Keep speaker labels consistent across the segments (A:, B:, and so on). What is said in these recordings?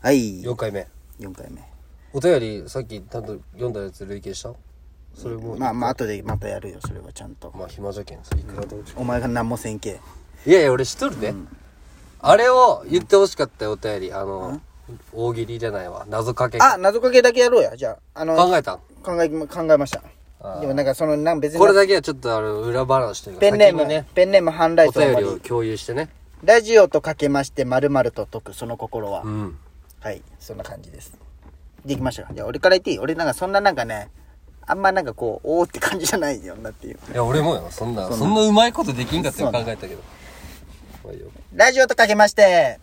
A: はい。
B: 4回目
A: 4回目。
B: お便りさっきちゃんと読んだやつ累計したそれも
A: まあまあ、後でまたやるよ、それはちゃんと。
B: まあ暇じゃけんさいくらでもちょ
A: お前が何もせんけ。
B: いやいや俺知っとるで、あれを言ってほしかったよお便りあの、大喜利じゃないわ謎かけ
A: あ、謎かけだけやろうや。じゃあ、あの、
B: 考えたん
A: 考え、考えました。でもなんかその、なん別に
B: こ、れだけはちょっとあの裏話というか
A: ペンネー
B: 先
A: ム、
B: にね
A: ペンネーム半ライ
B: お
A: トの
B: 便りを
A: 森。
B: 共有してね
A: ラジオとかけまして、まると解く、その心は。
B: うん
A: はい、そんな感じです。できましたかじゃあ、俺から言っていい俺なんかそんななんかね、あんまなんかこう、おーって感じじゃないよなっていう。
B: いや俺もよそんなそんなうまいことできんかって
A: そ
B: 考
A: うなん
B: えたけどまあいいよ
A: ラジオとかけまして、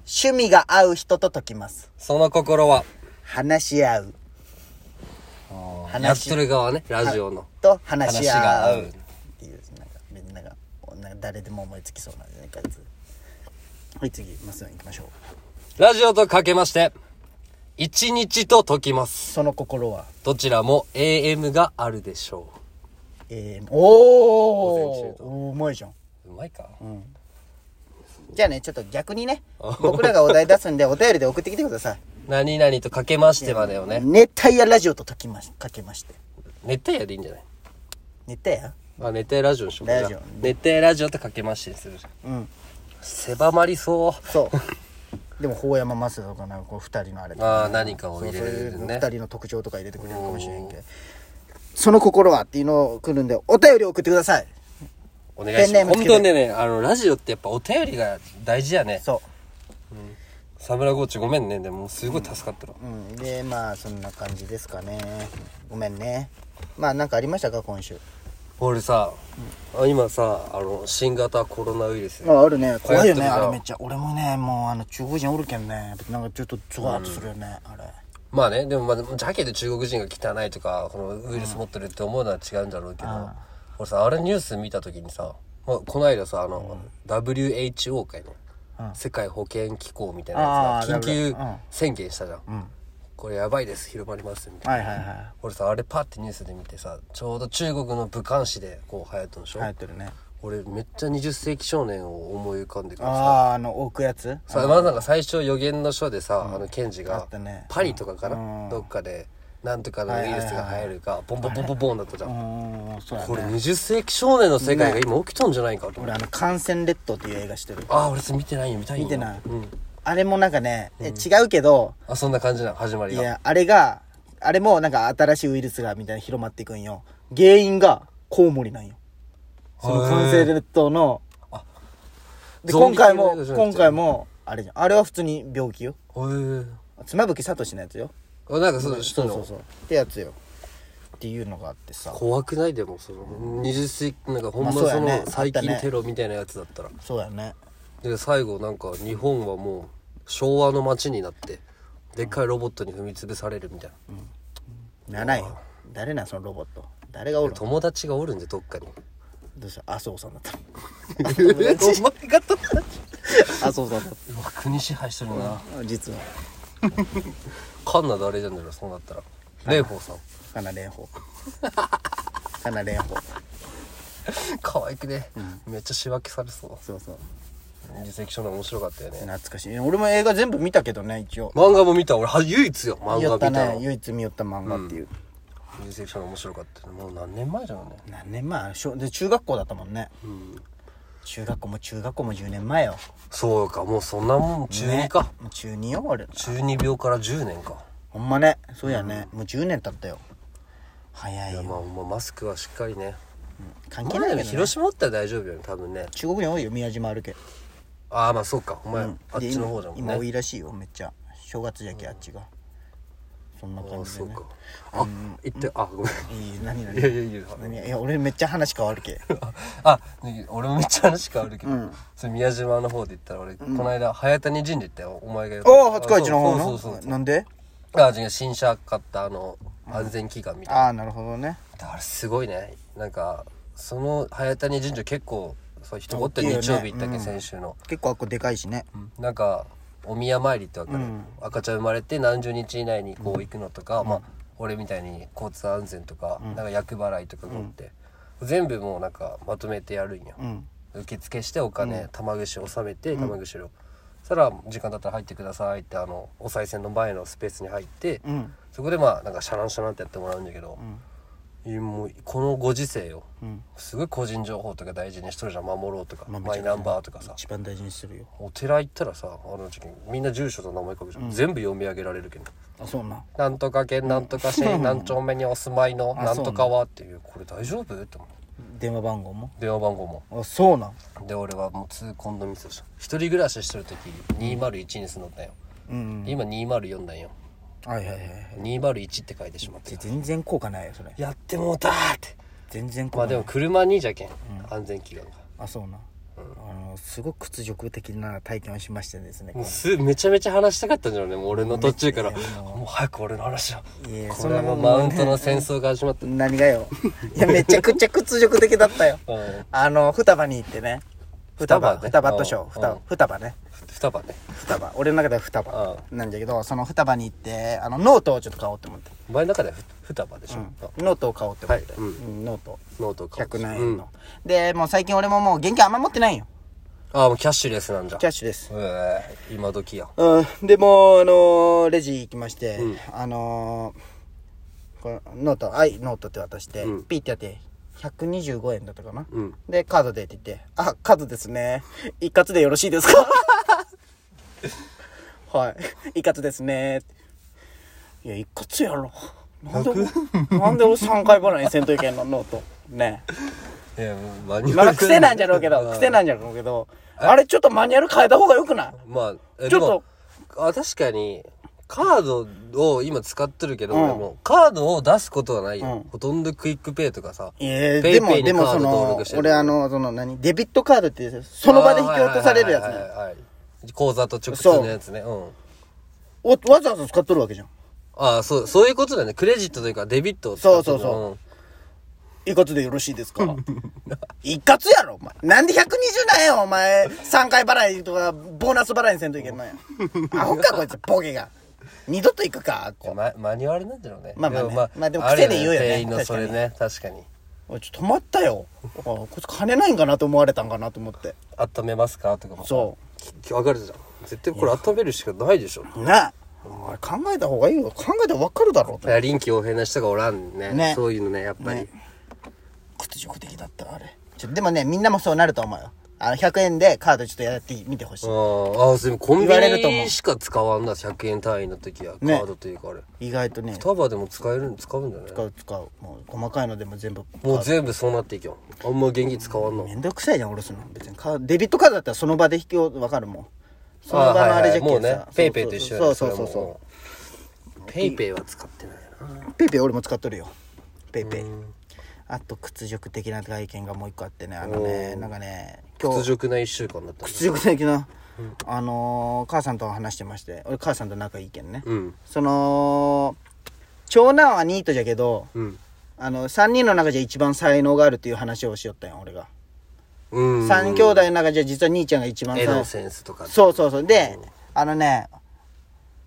A: 趣味が合う人と解きます。
B: その心は
A: 話し合う。
B: やっ
A: 話し
B: とる側ねラジオの
A: と話し
B: 話が
A: 合
B: 合
A: う
B: う
A: っていうなんか別になんかなんか誰でも思いつきそうなんじゃないかやつはい次マスさん行きましょう
B: ラジオとかけまして一日と解きます
A: その心は、
B: どちらも AM があるでしょ
A: えー、お
B: 午前中
A: ーおうまいじゃん
B: ううまいか、
A: じゃあねちょっと逆にね僕らがお題出すんでお便りで送ってきてください
B: 何々とかけましてまでをね
A: 熱帯夜ラジオと解きましかけまして
B: 熱帯夜でいいんじゃない
A: 熱帯夜
B: まあ熱帯ラジオにしようか
A: ラジ
B: な
A: オ
B: 熱帯ラジオとかけましてにする
A: うん
B: 狭まりそ
A: そうでも法山マスとかなんかこう二人のあれ
B: うああ何かを入れ
A: そう
B: る
A: そういう
B: ね
A: 二人の特徴とか入れてくれるかもしれへんけどその心はっていうのをくるんでお便りを送ってください
B: お願い
A: ペン
B: し
A: ネー
B: ま
A: ム
B: す
A: つけ
B: 本
A: て
B: 当にねあのラジオってやっぱお便りが大事やね
A: そ
B: サムラゴーチごめんねでもすごい助かったの、
A: う、うん、でまあそんな感じですかねごめんねまあなんかありましたか今週
B: 俺さ、あ今さあの新型コロナウイルス
A: ああるね怖いよ
B: 流
A: ね
B: 行ってるな
A: あれめっちゃ俺もねもうあの中国人おるけんねなんかちょっとゾワッとするよね、あれ
B: まあねでもまあジャケで中国人が汚いとかこのウイルス持ってるって思うのは違うんだろうけど、俺さあれニュース見た時にさ、まあ、この間さあの、WHO 会の、世界保健機構みたいなやつ
A: あ
B: が
A: ー
B: 緊
A: W う
B: 急
A: ん
B: 宣言したじゃん、これやばいです広まりますみたいな
A: はいはいは
B: 俺さあれパッてニュースで見てさちょうど中国の武漢市でこう流行ったんでしょ、
A: 流行ってるね
B: 俺めっちゃ20世紀少年を思い浮かんでくる
A: あ
B: さ
A: ああの置くやつ
B: さまあなんか最初予言の書でさ、あの検事
A: あっ
B: が、
A: たね
B: パリとかかな、
A: うん
B: どっかでなんとかのウイルスが流行るかボンボンボンボンボンだったじゃ、
A: うんーんそうや
B: これ
A: ね
B: 20世紀少年の世界が今起きとんじゃないかと思
A: 俺
B: って、
A: あの「感染列島」っていう映画してる
B: ああ俺それ見てないよ見たいよ
A: 見てない
B: うん、
A: あれもなんかね、え違うけど
B: あそんな感じなの始まり
A: い
B: が
A: やあれがあれもなんか新しいウイルスがみたいな広まっていくんよ原因がコウモリなんよその完成列島ので
B: ゾ
A: 今
B: ンビ
A: 回も
B: 系の映画じゃなくて
A: 今回もあれじゃんあれは普通に病気よ
B: へ
A: 妻夫木聡のやつよ
B: えなんかそうし
A: そ
B: と
A: う
B: の
A: そうそうってやつよっていうのがあってさ
B: 怖くないでもその20世紀なんかほんま
A: まあそうや
B: そ
A: ね
B: の最
A: あったね
B: 近テロみたいなやつだったら、
A: そうやね
B: で最後なんか日本はもう昭和の街になってでっかいロボットに踏み潰されるみたいな、
A: ならないよ誰なんそのロボット誰がおるの
B: 友達がおるんでどっかに
A: どうした麻生さんだったの
B: お前が友達
A: 麻生さんだっ
B: うわ国支配してるな
A: た 実は
B: カンナ誰じゃんだろそうなったら蓮舫さん
A: かな蓮舫かな蓮舫
B: 可愛くね、めっちゃ仕分けされそう
A: そうそう
B: 二世紀少年面白かったよね
A: 懐かしい俺も映画全部見たけどね一応
B: 漫画も見た俺は唯一よ漫
A: 見よ
B: 画
A: っ
B: 見
A: た
B: た
A: ね
B: の
A: 唯一見よった漫画っていう、
B: 二世紀少年面白かったよもう何年前だろうね
A: 何年前小で中学校だったもんね、中学校も中学校も10年前よ
B: そうかもうそんなもん中2か、
A: ねもう中2よ俺
B: 中2病から10年か
A: ほんまねそうやね、もう10年経ったよ早い
B: い
A: よ
B: やまあまあマスクはしっかりね
A: 関係
B: ま
A: ない
B: だ
A: けど、
B: ね
A: ね、
B: 広島だったら大丈夫よね多分ね
A: 中国人多いよ宮島歩け
B: ああまあそうかお前、
A: うん
B: あっ
A: で
B: ちの方じゃもん
A: 今今多
B: ね
A: いらしいよめっちゃ正月じゃけ、あっちがそんな
B: あ
A: 感
B: あ
A: じ
B: そ
A: で
B: う
A: ね
B: かあ行ってあごめん
A: いい何何
B: いやいやいや
A: 何いや俺めっちゃ話変わる け
B: あね俺もめっちゃ話変わるけど、それ宮島の方で言ったら俺、この間早谷神社行ったよお前が
A: おお初会市の方の
B: そうそうそうそう
A: なんで
B: あ違う新車買ったあの安全祈願みたいな、
A: ああなるほどね
B: あれすごいねなんかその早谷神社結構そう人ごっと
A: 大きい
B: 日
A: よね
B: 曜日行ったっけ、
A: うん
B: 先週の、
A: 結構あっこでかいしね
B: なんかお宮参りってわかる、赤ちゃん生まれて何十日以内にこう行くのとか、まあ俺みたいに交通安全とか,、なんか厄払いとか持って、全部もうなんかまとめてやるんや、
A: うん
B: 受付してお金、玉串納めて玉串をそしたら「時間だったら入ってください」ってあのお賽銭の前のスペースに入って、
A: うん
B: そこでまあなんかシャランシャランってやってもらうんだけど、いやもうこのご時世よ、
A: うん
B: すごい個人情報とか大事にしとるじゃん守ろうとか、
A: まあめちゃく
B: マ
A: ちゃ
B: イナンバーとかさ
A: 一番大事にしてるよ
B: お寺行ったらさあの時期みんな住所と名前書くじゃん、全部読み上げられるけど
A: あそうなん
B: 「なんとか県なんとか 市何丁目にお住まいの
A: あ
B: なんとかは」っていうこれ大丈夫って思う
A: 電話番号も
B: 電話番号も
A: あそうなん
B: で俺はもう痛恨のミスをした一人暮らししてる時201に住んだんよ、
A: うん
B: 今204なんよ
A: はいはいはい
B: 201って書いてしまって
A: じゃ全然効果ないよそれ
B: やってもうたーって
A: 全然効
B: まあ
A: 果な
B: で
A: い
B: も車にじゃけん、安全祈願が
A: あそうなんあのすごく屈辱的な体験をしましてですね
B: もうすめちゃめちゃ話したかったんじゃろうねもう俺の途中から
A: めっちゃ
B: もう早く俺の話を
A: いや
B: こ
A: そん
B: れ
A: な
B: はも
A: も
B: うんマウントの戦争が始まった
A: 何が よいやめちゃくちゃ屈辱的だったよ
B: うん
A: あの双葉に行ってね双葉
B: 双
A: 双
B: 葉ね
A: 葉としよう
B: うん
A: 双双葉ね
B: 双葉ね
A: 双葉俺の中では双葉
B: う
A: なんだけどその双葉に行ってあのノートをちょっと買おうと思って
B: お前の中ではふ双葉でしょ、あ
A: ノートを買おうって思って、
B: はいうん
A: うんノート
B: ノートを買う
A: 100何円の、でもう最近俺ももう現金あんま持ってないんよ
B: ああもうキャッシュレスなんじゃ
A: キャッシュです
B: うえ今時や
A: うん、でもうあのーレジ行きまして、あのーこのノート「はいノート」って渡して、
B: うん
A: ピーってやって125円だったかな、
B: うん
A: でカードでって言って「あカードですね一括でよろしいです か? 」はい一括ですねいや一括やろなんでなんで俺3回払いにせんといけんのノートね
B: いやもうマ ニュ
A: ま
B: ア
A: だ
B: ル
A: 癖なんじゃろうけど癖なんじゃろうけどあれちょっとマニュアル変えた方がよくない
B: まあえ
A: ちょっと
B: でもあ確かにカードを今使ってるけど、俺もカードを出すことはないよ、ほとんどクイックペイとかさ
A: ええ
B: ペ
A: で
B: イペイ
A: も、
B: に
A: でもそ
B: カード登
A: の
B: 録して、る
A: 俺あの、その何、デビットカードって、その場で引き落とされるやつ
B: あーはいはい
A: ね。
B: はいはい口座と直接のやつねうん
A: おわざわざ使っとるわけじゃん。
B: ああそうそういうことだねクレジットというかデビットを使って
A: そうそうそう一括でよろしいです か一括やろ、お前。なんで120なんや、お前。3回払いとか、ボーナス払いにせんといけん のや。アホか、こいつ、ボケが。二度と行くか、
B: う
A: こ
B: んママニュアルなんだろうね
A: まあまあね
B: も
A: まあでも
B: る
A: 癖で言うよね
B: 店員のそれね確かに
A: う。おいちょっと止まったよ。あこいつ金ないんかなと思われたんかなと思って。
B: 温めますかとかも
A: そ
B: き上がるじゃん絶対これ温めるしかないでしょ
A: う。なあ。お前考えた方がいいよ。考えたらわかるだろ
B: い。や臨機応変な人がおらんね
A: ね
B: そういうのねやっぱり、
A: ね屈辱的だったあれちょでもねみんなもそうなると思うよあの100円でカードちょっとやってみてほし
B: あーあーそれコンビ
A: 言われると思う
B: ニしか使わんな100円単位の時はカ
A: ね
B: ードというかあれ
A: い意外とね
B: 束でも使えるん使うんだね
A: 使う使うもう細かいのでも全部
B: もう全部そうなっていきよあんま現金使わんの
A: めんどくさいじゃんおろすの別にカードデビットカードだったらその場で引きを分かるもんその場のあれじゃっけんさ、
B: あはいはいもうねペイペイと一緒や
A: そう
B: ね
A: そう
B: れ
A: そう
B: も
A: そう
B: ペイペイは使ってないな
A: うペイペイ俺も使っとるよペイペイあと屈辱的な外見がもう一個あってねあのねなんかね今
B: 屈
A: 日
B: 辱な1週間だったね
A: 屈辱的な、あのー母さんと話してまして俺母さんと仲いいけんね、
B: うん
A: その長男はニートじゃけど
B: うん
A: あの3人の中じゃ一番才能があるっていう話をしよったんよ俺が、
B: うん
A: 三3兄弟の中じゃ実は兄ちゃんが一番才
B: 絵のセンスとか
A: そうそうそうで、あのね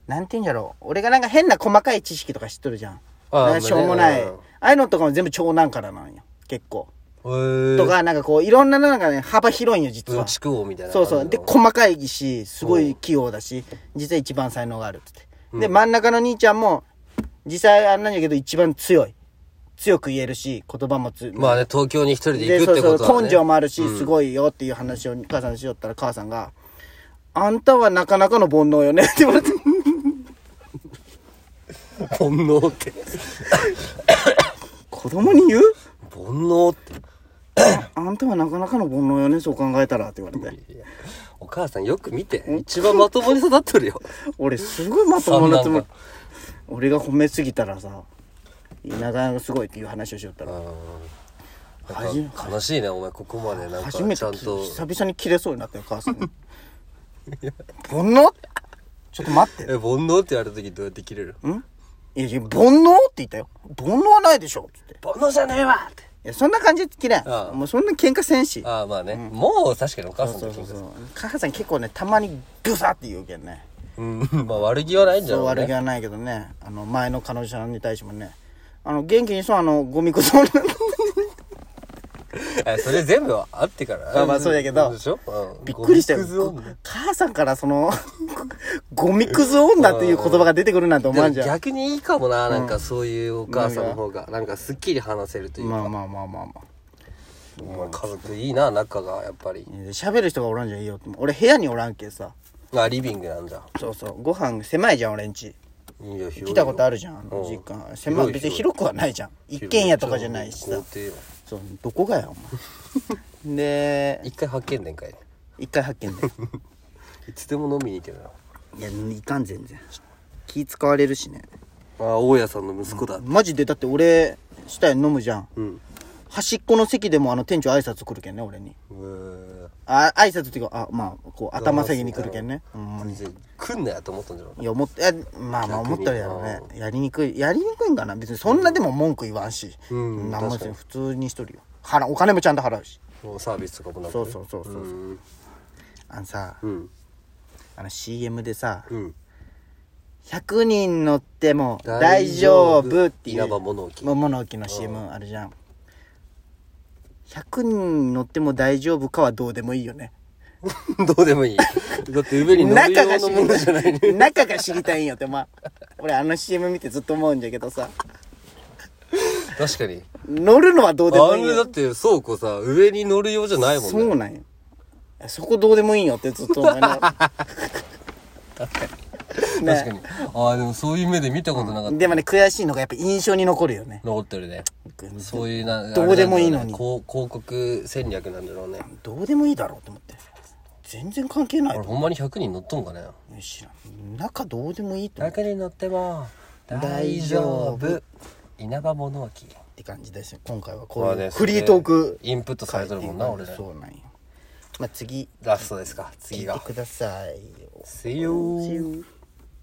A: なんて言うんじゃろう俺がなんか変な細かい知識とか知っとるじゃん
B: ああ
A: なんかしょうもない、
B: まあねうん
A: ああいうのとかも全部長男からなんよ結構、
B: へー
A: とかなんかこういろんななんかね幅広いんよ実
B: うん
A: は
B: ちく王みたいな
A: そうそう。で、細かいし、すごい器用だし、実は一番才能があるって言って。で、真ん中の兄ちゃんも、実際あんなんやけど一番強い。強く言えるし、言葉もつ、
B: まあね東京に一人で行く
A: そ
B: っ
A: う
B: てことは、
A: そ
B: ね、
A: う、根性もある し、すごいよっていう話を母さんにしよったら、母さんが、あんたはなかなかの煩悩よねって言われて、
B: 煩悩って
A: 子供に言う
B: 煩悩って
A: あんたはなかなかの煩悩よね、そう考えたらって言われて。
B: いやお母さんよく見て一番まともに育っとるよ
A: 俺すごいまともなつもり
B: そんなんか
A: 俺が褒めすぎたらさなかなかすごいっていう話をしよったらはじ
B: なんか悲しいねお前ここまでなんか
A: 初めて
B: ち
A: き
B: ゃんと
A: 久々に切れそうになったよ母 さんに煩悩ちょっと待って
B: え煩悩って言われた時どうやって切れる煩
A: いやいや煩悩って言ったよ煩悩はないでしょつってい
B: 悩じゃねえわって
A: やそんな感じで切れん
B: ああ
A: もうそんな喧嘩せんし
B: ああまあね、もう確かにお母さん
A: そ
B: の
A: う
B: 気
A: そう
B: 持ち
A: そう母さん結構ねたまにグサって言うけんね
B: うんまあ悪気はないんじゃ
A: そう
B: ろう
A: 悪気
B: ね
A: はないけどねあの前の彼 女さんに対してもねあの元気にそうあのゴミくそな
B: えそれ全部あってから。
A: まあまあそうやけど
B: でしょ、うん
A: びっくりしたよ
B: ゴミクズ女。
A: 母さんからその、 ゴミクズ女っていう言葉が出てくるなんて思わんじ
B: でも
A: ゃん。
B: 逆にいいかもな、なんかそういうお母さんの方が、なんかすっきり話せるというか、
A: まあまあまあまあまあ。
B: まあ家族いいな、仲が、やっぱり。
A: 喋る人がおらんじゃんいいよって。俺部屋におらんけさ。
B: あ、リビングなんだ。
A: そうそう。ご飯狭いじゃん、俺んち。
B: いや、広いよ
A: 来たことあるじゃん、あの
B: うん
A: 実家。狭い、別に広くはないじゃん。一軒家とかじゃないしさ
B: 豪。邸よ
A: そう、どこがや、お 前。で、
B: 一回発見年会
A: 一回発見で。
B: いつでも飲みに行けるな。
A: いや、いかん全然。気使われるしね。
B: あ、大家さんの息子だ。
A: マジで、だって俺、下や飲むじゃん。
B: うん。
A: 端っこの席でもあの店長挨拶来るけんね、俺に。
B: うー
A: あ、挨拶っていうか、あ、まあ、こう、頭下げに来るけんね。うん。
B: 全然来んなやと思ったんじゃろ
A: いや、思って、えまあまあ
B: 逆に
A: 思ったやろね。やりにくい、やりにくいんかな。別にそんなでも文句言わんし。
B: うん
A: 何もせん、普通にしとるよ。払う、お金もちゃんと払うし。
B: もうサービスとかもなく
A: そうそうそうそうそう
B: うん
A: あのさ、
B: うん
A: あの CM でさ、
B: うん
A: 100人乗っても大丈夫っていう。
B: 稲葉物置
A: も物置の CM あるじゃん。100人乗っても大丈夫かはどうでもいいよね。
B: どうでもいいだって上に乗る
A: 中が
B: 用
A: 知
B: のものじゃない
A: りたい。中が知りたいんよって、まあ。俺あの CM 見てずっと思うんじゃけどさ。
B: 確かに
A: 乗るのはどうでも
B: あ
A: いい
B: れだ
A: よ。
B: って倉庫さ上に乗る用じゃないもんね
A: そうなんよ。そこどうでもいいよってずっと思いなが ら
B: 確か
A: ね
B: にああでもそういう目で見たことなかった
A: でもね、悔しいのがやっぱ印象に残るよね。
B: 残ってるねそういうな
A: どうでもいいのに
B: あれなんだろうねこう広告戦略なんだろうね
A: どうでもいいだろうと思って。全然関係ない
B: 俺。ほんまに100人乗っとんかね
A: 知らん中どうでもいいと思う
B: 100人乗っても
A: 大
B: 大
A: 丈
B: 丈
A: 夫
B: 夫稲葉物置
A: って感じですよ今回はこ
B: まあ
A: ういう
B: ね
A: フリートーク
B: インプットされてるもんな俺ら
A: そうなんよまあ次
B: ラストですか
A: 聞
B: 次
A: いて
B: が
A: ください
B: See you.
A: See you.